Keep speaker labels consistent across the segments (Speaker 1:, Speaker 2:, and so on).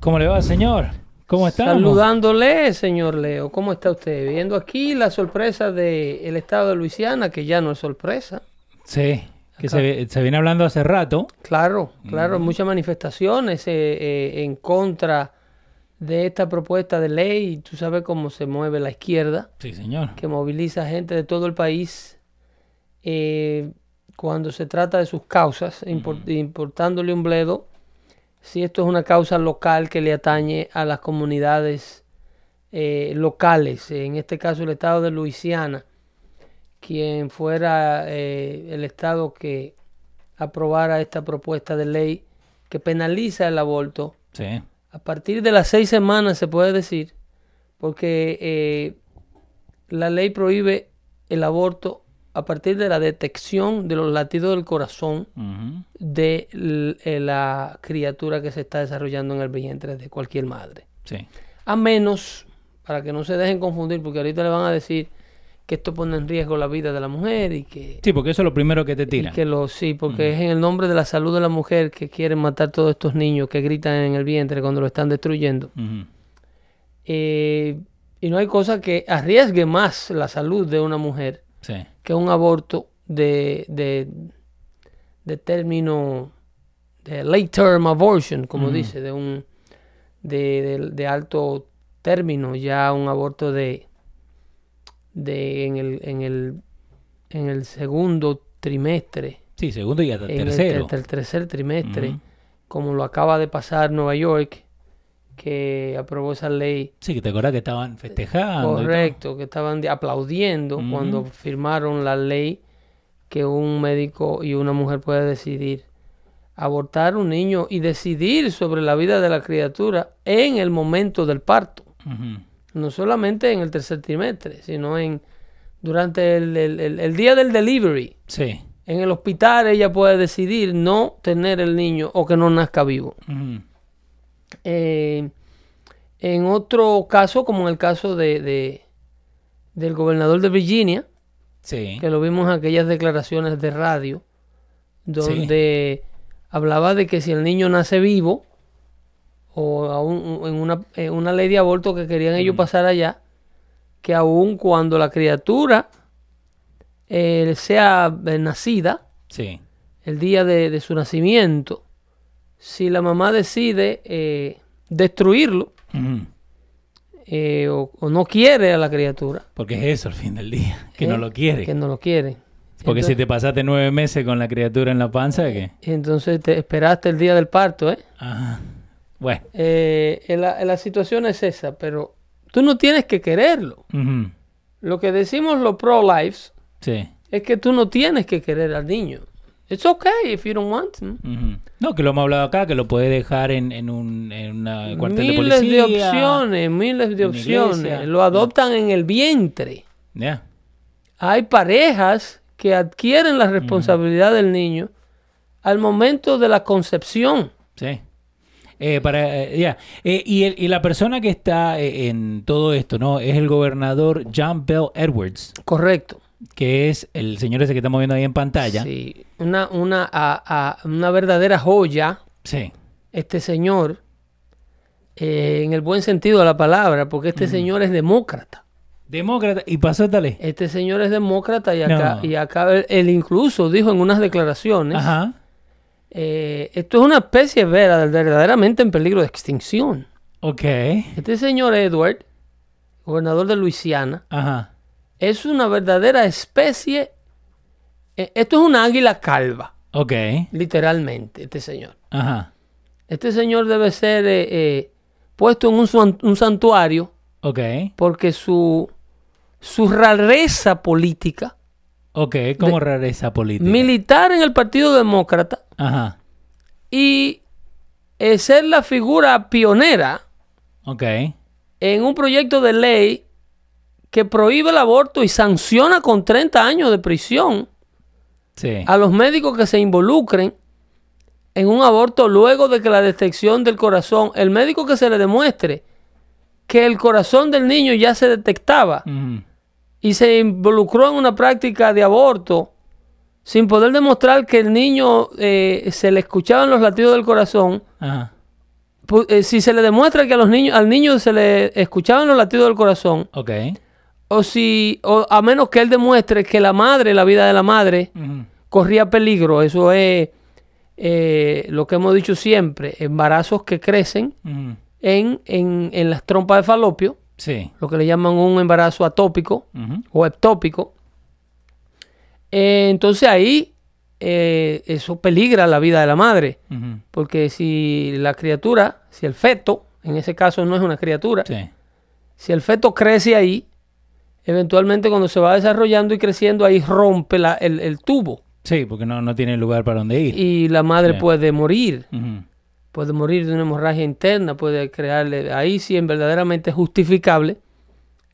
Speaker 1: ¿Cómo le va, señor? ¿Cómo está?
Speaker 2: Saludándole, señor Leo. ¿Cómo está usted? Viendo aquí la sorpresa del estado de Luisiana, que ya no es sorpresa.
Speaker 1: Sí, que se, se viene hablando hace rato.
Speaker 2: Claro, claro, muchas manifestaciones eh, eh, en contra de esta propuesta de ley. Tú sabes cómo se mueve la izquierda,
Speaker 1: Sí, señor.
Speaker 2: que moviliza gente de todo el país eh, cuando se trata de sus causas, impor- importándole un bledo. Si esto es una causa local que le atañe a las comunidades eh, locales, en este caso el estado de Luisiana, quien fuera eh, el estado que aprobara esta propuesta de ley que penaliza el aborto,
Speaker 1: Sí.
Speaker 2: a partir de las seis semanas se puede decir, porque eh, la ley prohíbe el aborto a partir de la detección de los latidos del corazón
Speaker 1: Ujú.
Speaker 2: de l- eh, la criatura que se está desarrollando en el vientre de cualquier madre.
Speaker 1: Sí.
Speaker 2: A menos, para que no se dejen confundir, porque ahorita le van a decir que esto pone en riesgo la vida de la mujer y que...
Speaker 1: Sí, porque eso es lo primero que te
Speaker 2: y
Speaker 1: tiran.
Speaker 2: que lo, sí, porque es en el nombre de la salud de la mujer que quieren matar todos estos niños que gritan en el vientre cuando lo están destruyendo.
Speaker 1: Ujú.
Speaker 2: Eh, y no hay cosa que arriesgue más la salud de una mujer
Speaker 1: Sí.
Speaker 2: que un aborto de, de, de término de late term abortion, como dice, de un de, de- de alto término, ya un aborto de, de en el en el en el segundo trimestre,
Speaker 1: Sí, segundo y hasta
Speaker 2: en el ter-
Speaker 1: tercero.
Speaker 2: ter- tercer trimestre,
Speaker 1: Ujú.
Speaker 2: como lo acaba de pasar Nueva York, que aprobó esa ley
Speaker 1: Sí, que te acordás que estaban festejando. y todo.
Speaker 2: Correcto, que estaban de- aplaudiendo
Speaker 1: Ujú.
Speaker 2: cuando firmaron la ley que un médico y una mujer puede decidir abortar un niño y decidir sobre la vida de la criatura en el momento del parto,
Speaker 1: Ujú.
Speaker 2: no solamente en el tercer trimestre, sino en durante el, el- el- el día del delivery.
Speaker 1: Sí.
Speaker 2: En el hospital ella puede decidir no tener el niño o que no nazca vivo.
Speaker 1: Ujú.
Speaker 2: Eh, en otro caso, como en el caso de, de- del gobernador de Virginia,
Speaker 1: Sí.
Speaker 2: que lo vimos en aquellas declaraciones de radio, donde hablaba de que si el niño nace vivo, o aún en una, en una ley de aborto que querían ellos pasar allá, que aún cuando la criatura eh, sea eh, nacida,
Speaker 1: Sí.
Speaker 2: el día de, de su nacimiento, si la mamá decide eh, destruirlo
Speaker 1: Ujú.
Speaker 2: eh, o, o no quiere a la criatura,
Speaker 1: Porque es eso al fin del día. Que
Speaker 2: ¿eh?
Speaker 1: no lo quiere.
Speaker 2: Que no lo quiere.
Speaker 1: Porque si
Speaker 2: entonces,
Speaker 1: te pasaste nueve meses con la criatura en la panza, ¿qué?
Speaker 2: entonces te esperaste el día del parto, ¿eh?
Speaker 1: Ajá. Bueno.
Speaker 2: Eh, la, la situación es esa, pero tú no tienes que quererlo.
Speaker 1: Ujú.
Speaker 2: Lo que decimos los pro-lives
Speaker 1: Sí.
Speaker 2: es que tú no tienes que querer al niño. It's okay if you don't want him.
Speaker 1: Ujú. No, que lo hemos hablado acá, que lo puedes dejar en, en un en una cuartel
Speaker 2: miles
Speaker 1: de policía.
Speaker 2: opciones, miles de
Speaker 1: en
Speaker 2: opciones.
Speaker 1: iglesia.
Speaker 2: Lo adoptan en el vientre.
Speaker 1: Ya.
Speaker 2: Hay parejas que adquieren la responsabilidad del niño al momento de la concepción.
Speaker 1: Sí. Eh, para, eh, ya. Eh, y, el- y la persona que está eh, en todo esto, ¿no? Es el gobernador John Bell Edwards,
Speaker 2: Correcto.
Speaker 1: que es el señor ese que estamos viendo ahí en pantalla. Sí.
Speaker 2: Sí, una, una, a- a- una verdadera joya, este señor, eh, en el buen sentido de la palabra, porque
Speaker 1: Mm.
Speaker 2: este señor es demócrata.
Speaker 1: Demócrata. Y pasó tal vez.
Speaker 2: Este señor es demócrata y acá,
Speaker 1: No.
Speaker 2: y acá él, él incluso dijo en unas declaraciones,
Speaker 1: Ajá.
Speaker 2: eh, esto es una especie vera- verdaderamente en peligro de extinción.
Speaker 1: Ok.
Speaker 2: Este señor Edward, gobernador de Luisiana,
Speaker 1: Ajá.
Speaker 2: es una verdadera especie. eh, Esto es una águila calva,
Speaker 1: Ok.
Speaker 2: literalmente, este señor.
Speaker 1: Ajá.
Speaker 2: Este señor debe ser eh, eh, puesto en un, suan- un santuario
Speaker 1: Ok.
Speaker 2: porque su, su rareza política,
Speaker 1: Ok. Como rareza política.
Speaker 2: militar en el Partido Demócrata
Speaker 1: Ajá.
Speaker 2: y eh, ser la figura pionera
Speaker 1: Ok.
Speaker 2: en un proyecto de ley que prohíbe el aborto y sanciona con 30 años de prisión
Speaker 1: Sí.
Speaker 2: a los médicos que se involucren en un aborto luego de que la detección del corazón, el médico que se le demuestre que el corazón del niño ya se detectaba
Speaker 1: Ujú.
Speaker 2: y se involucró en una práctica de aborto sin poder demostrar que el niño eh, se le escuchaban los latidos del corazón,
Speaker 1: Ajá.
Speaker 2: pu- eh, si se le demuestra que a los niños, al niño se le escuchaban los latidos del corazón,
Speaker 1: Ok.
Speaker 2: o si, o a menos que él demuestre que la madre, la vida de la madre,
Speaker 1: Ujú.
Speaker 2: corría peligro, eso es eh, lo que hemos dicho siempre, embarazos que crecen
Speaker 1: Ujú.
Speaker 2: en, en, en las trompas de falopio,
Speaker 1: Sí.
Speaker 2: lo que le llaman un embarazo atópico
Speaker 1: Ujú.
Speaker 2: o ectópico. Eh, entonces ahí eh, eso peligra la vida de la madre,
Speaker 1: Ujú.
Speaker 2: porque si la criatura, si el feto, en ese caso no es una criatura,
Speaker 1: Sí.
Speaker 2: si el feto crece ahí, eventualmente cuando se va desarrollando y creciendo ahí rompe la- el, el tubo
Speaker 1: Sí, porque no, no tiene lugar para donde ir.
Speaker 2: y la madre
Speaker 1: Sí.
Speaker 2: puede morir.
Speaker 1: Ujú.
Speaker 2: puede morir de una hemorragia interna, puede crearle, ahí sí es verdaderamente justificable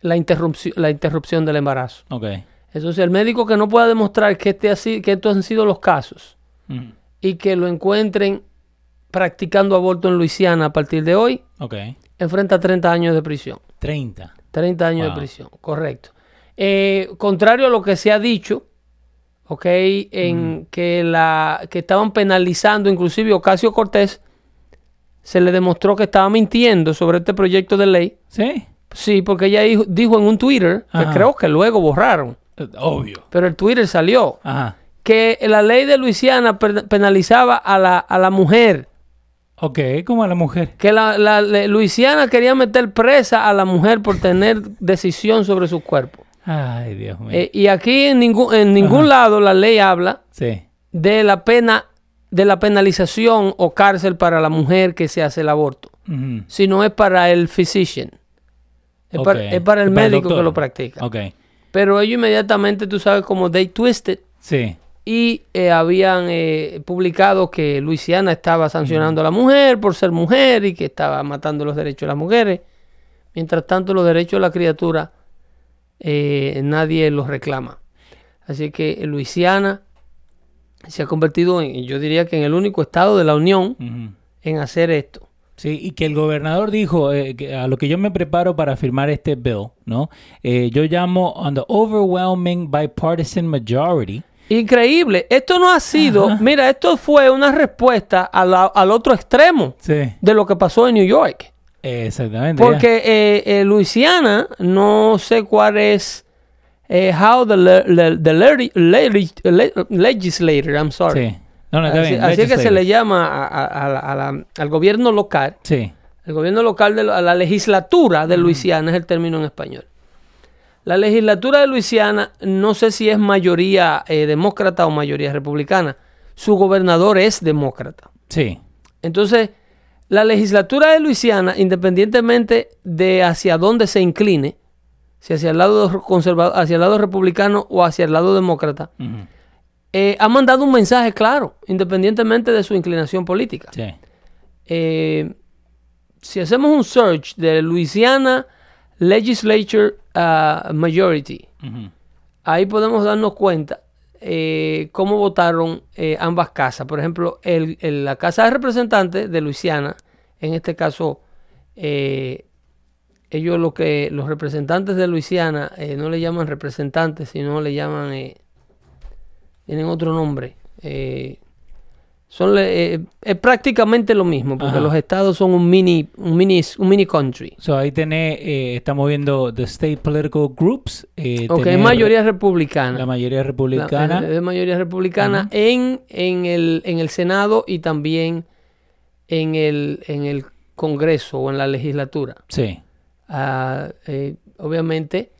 Speaker 2: la interrupción, la interrupción del embarazo.
Speaker 1: Ok.
Speaker 2: Entonces el médico que no pueda demostrar que, este así, que estos han sido los casos
Speaker 1: Ujú.
Speaker 2: y que lo encuentren practicando aborto en Luisiana a partir de hoy,
Speaker 1: Ok.
Speaker 2: enfrenta 30 años de prisión.
Speaker 1: 30.
Speaker 2: 30 años
Speaker 1: Wow.
Speaker 2: de prisión, correcto. Eh, contrario a lo que se ha dicho, ¿ok? En que, la, que estaban penalizando, inclusive Ocasio Cortés, se le demostró que estaba mintiendo sobre este proyecto de ley.
Speaker 1: ¿Sí?
Speaker 2: Sí, porque ella dijo, dijo en un Twitter, que
Speaker 1: Ajá.
Speaker 2: creo que luego borraron,
Speaker 1: Eh, Obvio.
Speaker 2: pero el Twitter salió,
Speaker 1: Ajá.
Speaker 2: que la ley de Luisiana pen- penalizaba a la, a la mujer,
Speaker 1: Ok, como a la mujer.
Speaker 2: que la, la- la- Luisiana quería meter presa a la mujer por tener decisión sobre su cuerpo.
Speaker 1: Ay, Dios mío.
Speaker 2: Eh, y aquí en ningún, en ningún lado la ley habla
Speaker 1: sí.
Speaker 2: de la pena, de la penalización o cárcel para la mujer que se hace el aborto,
Speaker 1: Ujú.
Speaker 2: sino es para el physician. Es,
Speaker 1: Ok.
Speaker 2: para, es para el
Speaker 1: Es para el
Speaker 2: médico que
Speaker 1: doctor.
Speaker 2: lo practica.
Speaker 1: Ok.
Speaker 2: Pero ellos inmediatamente, tú sabes, como they twisted
Speaker 1: Sí.
Speaker 2: y eh, habían eh, publicado que Luisiana estaba sancionando a la mujer por ser mujer y que estaba matando los derechos de las mujeres. Mientras tanto, los derechos de la criatura eh, nadie los reclama. Así que eh, Luisiana se ha convertido en, yo diría que en el único estado de la Unión
Speaker 1: Ujú.
Speaker 2: en hacer esto.
Speaker 1: Sí, y que el gobernador dijo, eh, que a lo que yo me preparo para firmar este bill, ¿no? Eh, yo llamo on the overwhelming bipartisan majority.
Speaker 2: Increíble. Esto no ha sido, mira, esto fue una respuesta a la- al otro extremo
Speaker 1: Sí.
Speaker 2: de lo que pasó en New York.
Speaker 1: Exactamente. ya.
Speaker 2: Porque eh, eh, Luisiana, no sé cuál es, eh, how the, le- le- the le- le- le- legislator, I'm sorry.
Speaker 1: Sí. No, no, está
Speaker 2: así
Speaker 1: bien.
Speaker 2: así es que se
Speaker 1: legislative.
Speaker 2: le llama a- a- a la- a la- al gobierno local,
Speaker 1: Sí.
Speaker 2: el gobierno local de lo- a la legislatura de Luisiana es el término en español. La legislatura de Luisiana, no sé si es mayoría eh, demócrata o mayoría republicana. Su gobernador es demócrata.
Speaker 1: Sí.
Speaker 2: Entonces, la legislatura de Luisiana, independientemente de hacia dónde se incline, si hacia el lado conservador, hacia el lado republicano o hacia el lado demócrata,
Speaker 1: Ujú.
Speaker 2: eh, ha mandado un mensaje claro, independientemente de su inclinación política.
Speaker 1: Sí.
Speaker 2: Eh, si hacemos un search de Luisiana Legislature ah, Majority,
Speaker 1: Ujú.
Speaker 2: ahí podemos darnos cuenta eh, cómo votaron eh, ambas casas. Por ejemplo, el- el- la Casa de Representantes de Luisiana, en este caso, eh, ellos lo que los representantes de Luisiana eh, no le llaman representantes, sino le llaman eh, tienen otro nombre. eh, son le- eh, es prácticamente lo mismo, porque
Speaker 1: Ajá.
Speaker 2: los estados son un mini, un mini, un mini country.
Speaker 1: So, ahí tenés, eh, estamos viendo the state political groups. Eh,
Speaker 2: Ok,
Speaker 1: tenés
Speaker 2: mayoría republicana.
Speaker 1: La mayoría
Speaker 2: La-
Speaker 1: republicana.
Speaker 2: eh, de mayoría republicana en, en, el, en el Senado y también en el, en el Congreso o en la legislatura.
Speaker 1: sí.
Speaker 2: Ah, eh, obviamente,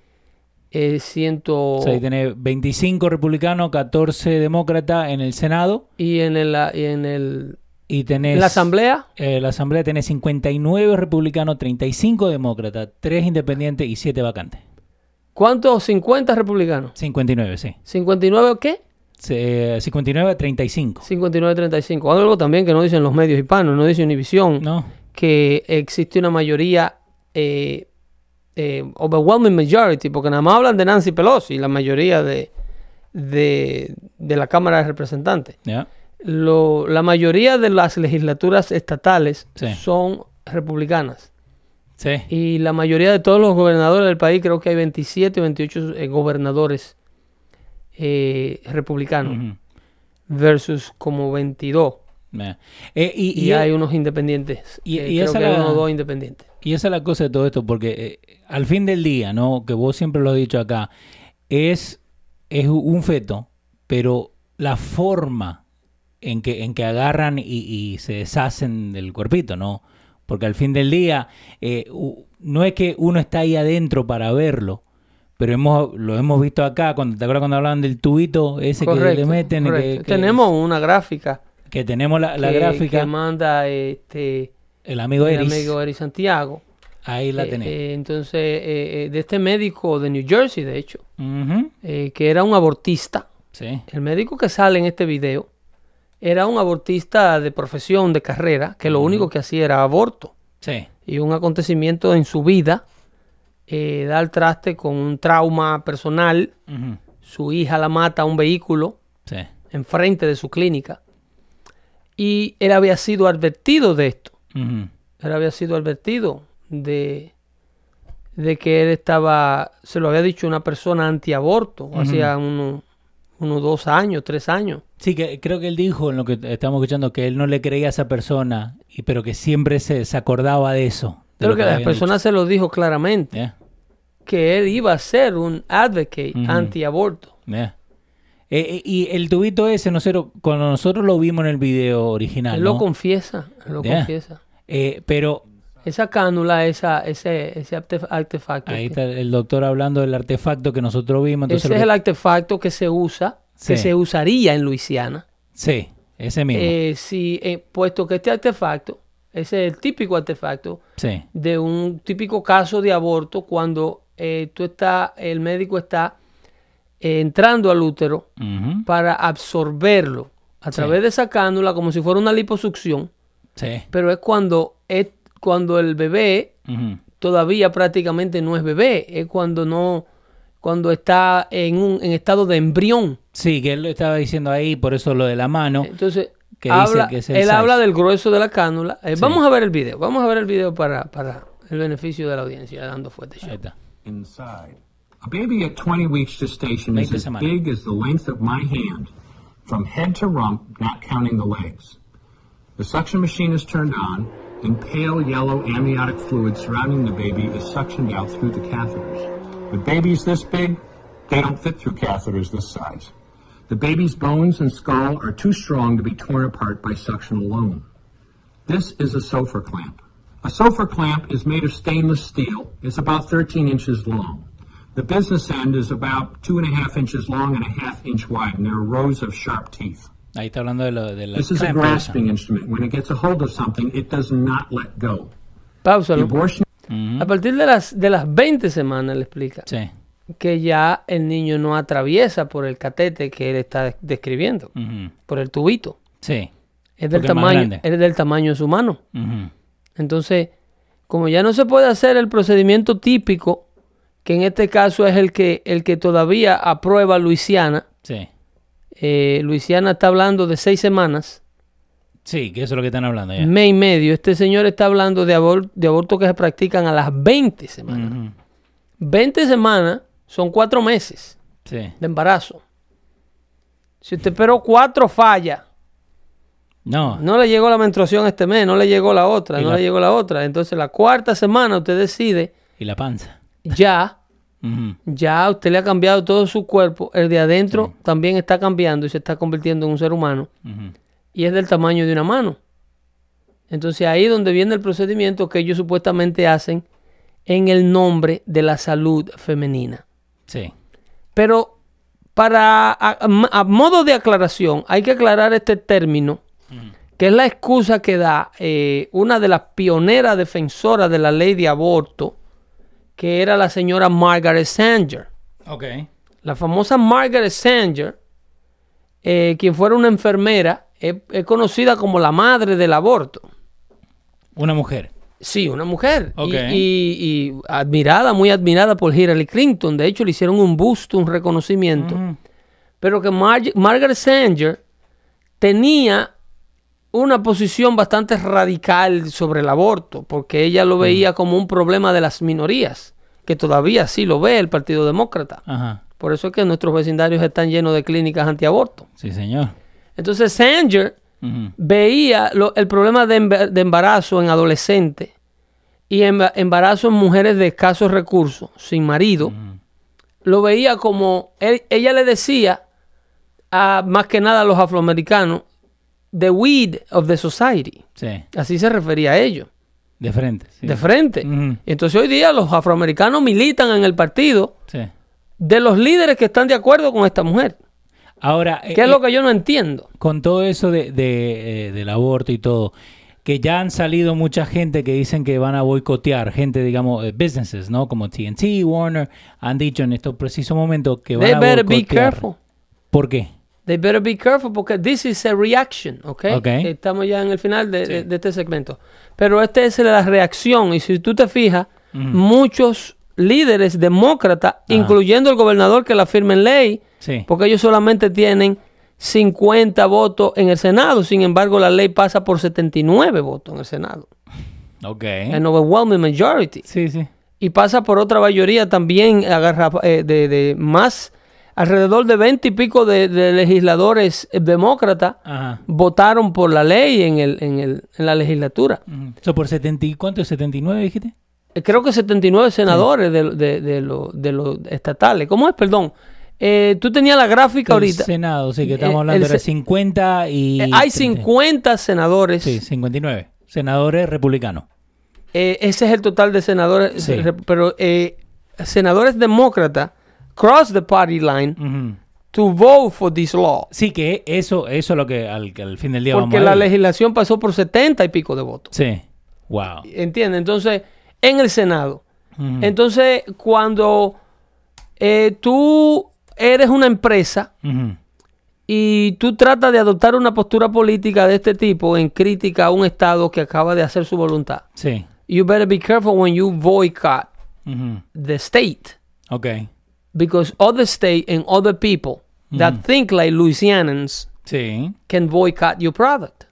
Speaker 2: eh, ciento...
Speaker 1: O sea, ahí tenés 25 republicanos, 14 demócratas en el Senado.
Speaker 2: Y en, el, ah, y en el-
Speaker 1: Y tenés.
Speaker 2: en la Asamblea,
Speaker 1: eh, la Asamblea tiene 59 republicanos, 35 demócratas, 3 independientes y 7 vacantes.
Speaker 2: ¿cuántos? 50 republicanos.
Speaker 1: 59, sí.
Speaker 2: ¿59 qué?
Speaker 1: Se- eh, 59 a 35.
Speaker 2: 59-35. Algo también que no dicen los medios hispanos, no dice Univisión,
Speaker 1: No.
Speaker 2: que existe una mayoría, eh, eh, overwhelming majority, porque nada más hablan de Nancy Pelosi, la mayoría de, de, de la Cámara de Representantes.
Speaker 1: Ya.
Speaker 2: Lo- la mayoría de las legislaturas estatales
Speaker 1: Sí.
Speaker 2: son republicanas.
Speaker 1: Sí.
Speaker 2: Y la mayoría de todos los gobernadores del país, creo que hay 27 o 28 eh, gobernadores eh, republicanos,
Speaker 1: Ujú.
Speaker 2: versus como 22
Speaker 1: Nah. Eh, y,
Speaker 2: Y,
Speaker 1: y-
Speaker 2: hay unos independientes.
Speaker 1: y-
Speaker 2: eh,
Speaker 1: y
Speaker 2: creo
Speaker 1: esa
Speaker 2: que hay
Speaker 1: la-
Speaker 2: uno o dos independientes.
Speaker 1: y esa es la cosa de todo esto, porque eh, al fin del día, ¿no? Que vos siempre lo has dicho acá, es, es un feto, pero la forma en que, en que agarran y, y se deshacen del cuerpito, ¿no? Porque al fin del día, eh, u- no es que uno está ahí adentro para verlo, pero hemos, lo hemos visto acá, cuando, ¿te acuerdas cuando hablaban del tubito ese que le
Speaker 2: Correcto,
Speaker 1: meten? Que,
Speaker 2: correcto.
Speaker 1: que-
Speaker 2: Tenemos una gráfica.
Speaker 1: que tenemos la, la
Speaker 2: que-
Speaker 1: gráfica,
Speaker 2: que manda este
Speaker 1: el amigo
Speaker 2: mi
Speaker 1: Eris,
Speaker 2: amigo Eri Santiago.
Speaker 1: ahí la
Speaker 2: Eh,
Speaker 1: tenés.
Speaker 2: eh, entonces, eh, eh, de este médico de New Jersey, de hecho,
Speaker 1: Ujú,
Speaker 2: eh, que era un abortista.
Speaker 1: Sí.
Speaker 2: El médico que sale en este video era un abortista de profesión, de carrera, que lo único que hacía era aborto.
Speaker 1: Sí.
Speaker 2: Y un acontecimiento en su vida eh, da el traste con un trauma personal.
Speaker 1: Ujú,
Speaker 2: Su hija la mata a un vehículo
Speaker 1: Sí.
Speaker 2: enfrente de su clínica. Y él había sido advertido de esto.
Speaker 1: Ujú,
Speaker 2: Él había sido advertido de, de que él estaba, se lo había dicho una persona antiaborto, hacía uno- unos dos años, tres años.
Speaker 1: Sí, que creo que él dijo en lo que estamos escuchando que él no le creía a esa persona, y, pero que siempre se, se acordaba de eso. de
Speaker 2: Creo
Speaker 1: lo
Speaker 2: que
Speaker 1: le
Speaker 2: la
Speaker 1: habían
Speaker 2: persona se lo dijo claramente,
Speaker 1: dicho. Yeah,
Speaker 2: que él iba a ser un advocate
Speaker 1: Ujú.
Speaker 2: antiaborto.
Speaker 1: yeah. Eh, eh, y el tubito ese, nosotros, cuando nosotros lo vimos en el video original,
Speaker 2: él lo
Speaker 1: ¿no?
Speaker 2: confiesa, él lo
Speaker 1: Yeah.
Speaker 2: confiesa.
Speaker 1: Eh, pero
Speaker 2: Esa cánula, esa, ese, ese artef- artefacto.
Speaker 1: ahí
Speaker 2: que-
Speaker 1: está el doctor hablando del artefacto que nosotros vimos. Entonces
Speaker 2: ese
Speaker 1: lo
Speaker 2: es
Speaker 1: que-
Speaker 2: el artefacto que se usa, que
Speaker 1: Sí.
Speaker 2: se usaría en Luisiana.
Speaker 1: Sí, ese mismo.
Speaker 2: Eh, si, eh, puesto que este artefacto, ese es el típico artefacto
Speaker 1: sí.
Speaker 2: de un típico caso de aborto cuando eh, tú está, el médico está eh, entrando al útero
Speaker 1: Ujú,
Speaker 2: para absorberlo a
Speaker 1: Sí.
Speaker 2: través de esa cánula como si fuera una liposucción,
Speaker 1: Sí.
Speaker 2: pero es cuando, es cuando el bebé
Speaker 1: Ujú,
Speaker 2: todavía prácticamente no es bebé, es cuando no cuando está en un en estado de embrión.
Speaker 1: Sí, que él lo estaba diciendo ahí, por eso lo de la mano.
Speaker 2: Entonces,
Speaker 1: Que dice
Speaker 2: habla,
Speaker 1: que es el
Speaker 2: él
Speaker 1: size.
Speaker 2: habla del grueso de la cánula. Eh,
Speaker 1: Sí.
Speaker 2: Vamos a ver el video, vamos a ver el video para, para el beneficio de la audiencia, dando fuerte show.
Speaker 1: Ahí está.
Speaker 3: inside. A baby at 20 weeks gestation
Speaker 1: Make
Speaker 3: is
Speaker 1: this
Speaker 3: as
Speaker 1: a man.
Speaker 3: big as the length of my hand, from head to rump, not counting the legs. The suction machine is turned on, and pale yellow amniotic fluid surrounding the baby is suctioned out through the catheters. With babies this big, they don't fit through catheters this size. The baby's bones and skull are too strong to be torn apart by suction alone. This is a sofa clamp. A sofa clamp is made of stainless steel. It's about 13 inches long. The business end is about two and a half inches long and a half inch wide, and there are rows of sharp teeth.
Speaker 1: Ahí está hablando de, lo, de la
Speaker 3: This is a
Speaker 1: clamp esa.
Speaker 3: grasping instrument. When it gets a hold of something, it does not let go. The
Speaker 2: Páusalo.
Speaker 3: abortion
Speaker 2: A partir de las, de las 20 semanas, le explica
Speaker 1: Sí.
Speaker 2: que ya el niño no atraviesa por el catete que él está de- describiendo,
Speaker 1: Ujú.
Speaker 2: por el tubito.
Speaker 1: Sí.
Speaker 2: Es del,
Speaker 1: Porque es más
Speaker 2: tamaño,
Speaker 1: grande.
Speaker 2: es del tamaño de su mano.
Speaker 1: Ujú.
Speaker 2: Entonces, como ya no se puede hacer el procedimiento típico, que en este caso es el que, el que todavía aprueba Luisiana,
Speaker 1: Sí.
Speaker 2: eh, Luisiana está hablando de seis semanas,
Speaker 1: Sí, que eso es lo que están hablando ya.
Speaker 2: mes y medio. Este señor está hablando de, abor- de abortos que se practican a las 20 semanas.
Speaker 1: Ujú. Mm.
Speaker 2: 20 semanas son cuatro meses.
Speaker 1: Sí.
Speaker 2: de embarazo. Si usted esperó cuatro fallas,
Speaker 1: No.
Speaker 2: no le llegó la menstruación este mes, no le llegó la otra,
Speaker 1: Y
Speaker 2: no
Speaker 1: la-
Speaker 2: le llegó la otra. Entonces la cuarta semana usted decide,
Speaker 1: Y la panza.
Speaker 2: ya,
Speaker 1: Ujú.
Speaker 2: ya usted le ha cambiado todo su cuerpo, el de adentro también está cambiando y se está convirtiendo en un ser humano
Speaker 1: Ujú.
Speaker 2: y es del tamaño de una mano. Entonces ahí es donde viene el procedimiento que ellos supuestamente hacen en el nombre de la salud femenina.
Speaker 1: Sí.
Speaker 2: Pero para a, a- a modo de aclaración, hay que aclarar este término, que es la excusa que da eh, una de las pioneras defensoras de la ley de aborto, que era la señora Margaret Sanger.
Speaker 1: Ok.
Speaker 2: La famosa Margaret Sanger, eh, quien fuera una enfermera, es- es conocida como la madre del aborto.
Speaker 1: Una mujer.
Speaker 2: Sí, una mujer.
Speaker 1: Ok.
Speaker 2: Y, y- y admirada, muy admirada por Hillary Clinton. De hecho, le hicieron un busto, un reconocimiento.
Speaker 1: Mm.
Speaker 2: Pero que Marg- Margaret Sanger tenía una posición bastante radical sobre el aborto, porque ella lo veía como un problema de las minorías, que todavía sí lo ve el Partido Demócrata.
Speaker 1: Ajá.
Speaker 2: Por eso es que nuestros vecindarios están llenos de clínicas antiaborto.
Speaker 1: Sí, señor.
Speaker 2: Entonces Sanger
Speaker 1: Ujú.
Speaker 2: veía lo- el problema de, emba- de embarazo en adolescentes y emba- embarazo en mujeres de escasos recursos, sin marido, lo veía como, él- ella le decía a más que nada a los afroamericanos, the weed of the society.
Speaker 1: Sí,
Speaker 2: Así se refería a ellos,
Speaker 1: de frente. sí.
Speaker 2: de frente.
Speaker 1: Ujú.
Speaker 2: Entonces hoy día los afroamericanos militan en el partido
Speaker 1: Sí.
Speaker 2: de los líderes que están de acuerdo con esta mujer.
Speaker 1: Ahora, eh,
Speaker 2: Que es lo que yo no entiendo.
Speaker 1: con todo eso de, de, eh, del aborto y todo, que ya han salido mucha gente que dicen que van a boicotear, gente, digamos, eh, businesses, ¿no? Como TNT, Warner, han dicho en estos precisos momentos que van
Speaker 2: They
Speaker 1: a
Speaker 2: better be
Speaker 1: boicotear.
Speaker 2: careful.
Speaker 1: ¿Por qué?
Speaker 2: They better be careful porque this is a reaction, ¿ok?
Speaker 1: Ok.
Speaker 2: Estamos ya en el final de, de- de este segmento. Pero esta es la reacción y si tú te fijas,
Speaker 1: Mm.
Speaker 2: muchos líderes demócratas, incluyendo el gobernador que la firme en ley,
Speaker 1: Sí.
Speaker 2: porque ellos solamente tienen 50 votos en el Senado, sin embargo la ley pasa por 79 votos en el Senado,
Speaker 1: Ok.
Speaker 2: an overwhelming majority
Speaker 1: Sí, sí.
Speaker 2: y pasa por otra mayoría también agarra, eh, de, de más alrededor de 20 y pico de, de legisladores eh, demócratas
Speaker 1: Ajá.
Speaker 2: votaron por la ley en, el, en, el, en la legislatura.
Speaker 1: Ujú. Mm. So, por 70 y cuánto, 79 dijiste?
Speaker 2: Eh, Creo que 79 senadores de, de, de los de los estatales. ¿Cómo es? Perdón. Eh, tú tenías la gráfica ahorita.
Speaker 1: El Senado, sí, que estamos
Speaker 2: Eh,
Speaker 1: hablando
Speaker 2: el
Speaker 1: era
Speaker 2: se-
Speaker 1: 50 y...
Speaker 2: Eh, hay 50 senadores.
Speaker 1: Sí, 59. Senadores republicanos.
Speaker 2: Eh, ese es el total de senadores.
Speaker 1: Sí.
Speaker 2: re- Pero eh, senadores demócratas cross the party line
Speaker 1: Ujú.
Speaker 2: to vote for this law.
Speaker 1: Sí, que eso, eso es lo que al, que al fin del día
Speaker 2: Porque
Speaker 1: vamos
Speaker 2: la
Speaker 1: a ver.
Speaker 2: legislación pasó por 70 y pico de votos.
Speaker 1: Sí. Wow.
Speaker 2: ¿Entiendes? Entonces, en el Senado.
Speaker 1: Ujú.
Speaker 2: Entonces, cuando eh, tú eres una empresa
Speaker 1: Ujú.
Speaker 2: y tú tratas de adoptar una postura política de este tipo en crítica a un Estado que acaba de hacer su voluntad,
Speaker 1: Sí.
Speaker 2: you better be careful when you boycott
Speaker 1: Ujú.
Speaker 2: the state.
Speaker 1: Ok.
Speaker 2: Because other state and other people that think like Louisianans
Speaker 1: Sí.
Speaker 2: can boycott your product.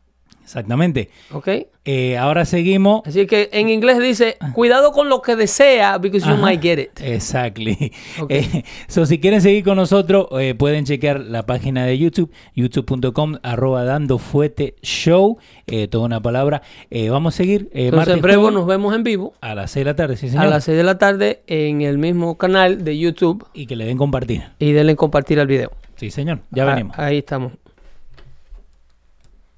Speaker 1: Exactamente.
Speaker 2: ¿Ok?
Speaker 1: Eh, ahora seguimos.
Speaker 2: Así que en inglés dice, cuidado con lo que desea, because you
Speaker 1: Ah. Ajá. Eh,
Speaker 2: might get it.
Speaker 1: Exactly.
Speaker 2: Ok.
Speaker 1: Eh, so, si quieren seguir con nosotros, eh, pueden chequear la página de YouTube, youtube.com, arroba dando fuete show, eh, toda una palabra. Eh, vamos a seguir. eh,
Speaker 2: Entonces,
Speaker 1: martes,
Speaker 2: en breve
Speaker 1: jueves,
Speaker 2: nos vemos en vivo
Speaker 1: A las 6 de la tarde, sí,
Speaker 2: a
Speaker 1: señor.
Speaker 2: las 6 de la tarde en el mismo canal de YouTube
Speaker 1: Y que le den compartir.
Speaker 2: y denle compartir al video.
Speaker 1: Sí, señor. Ya
Speaker 2: Ah,
Speaker 1: venimos.
Speaker 2: Ahí estamos.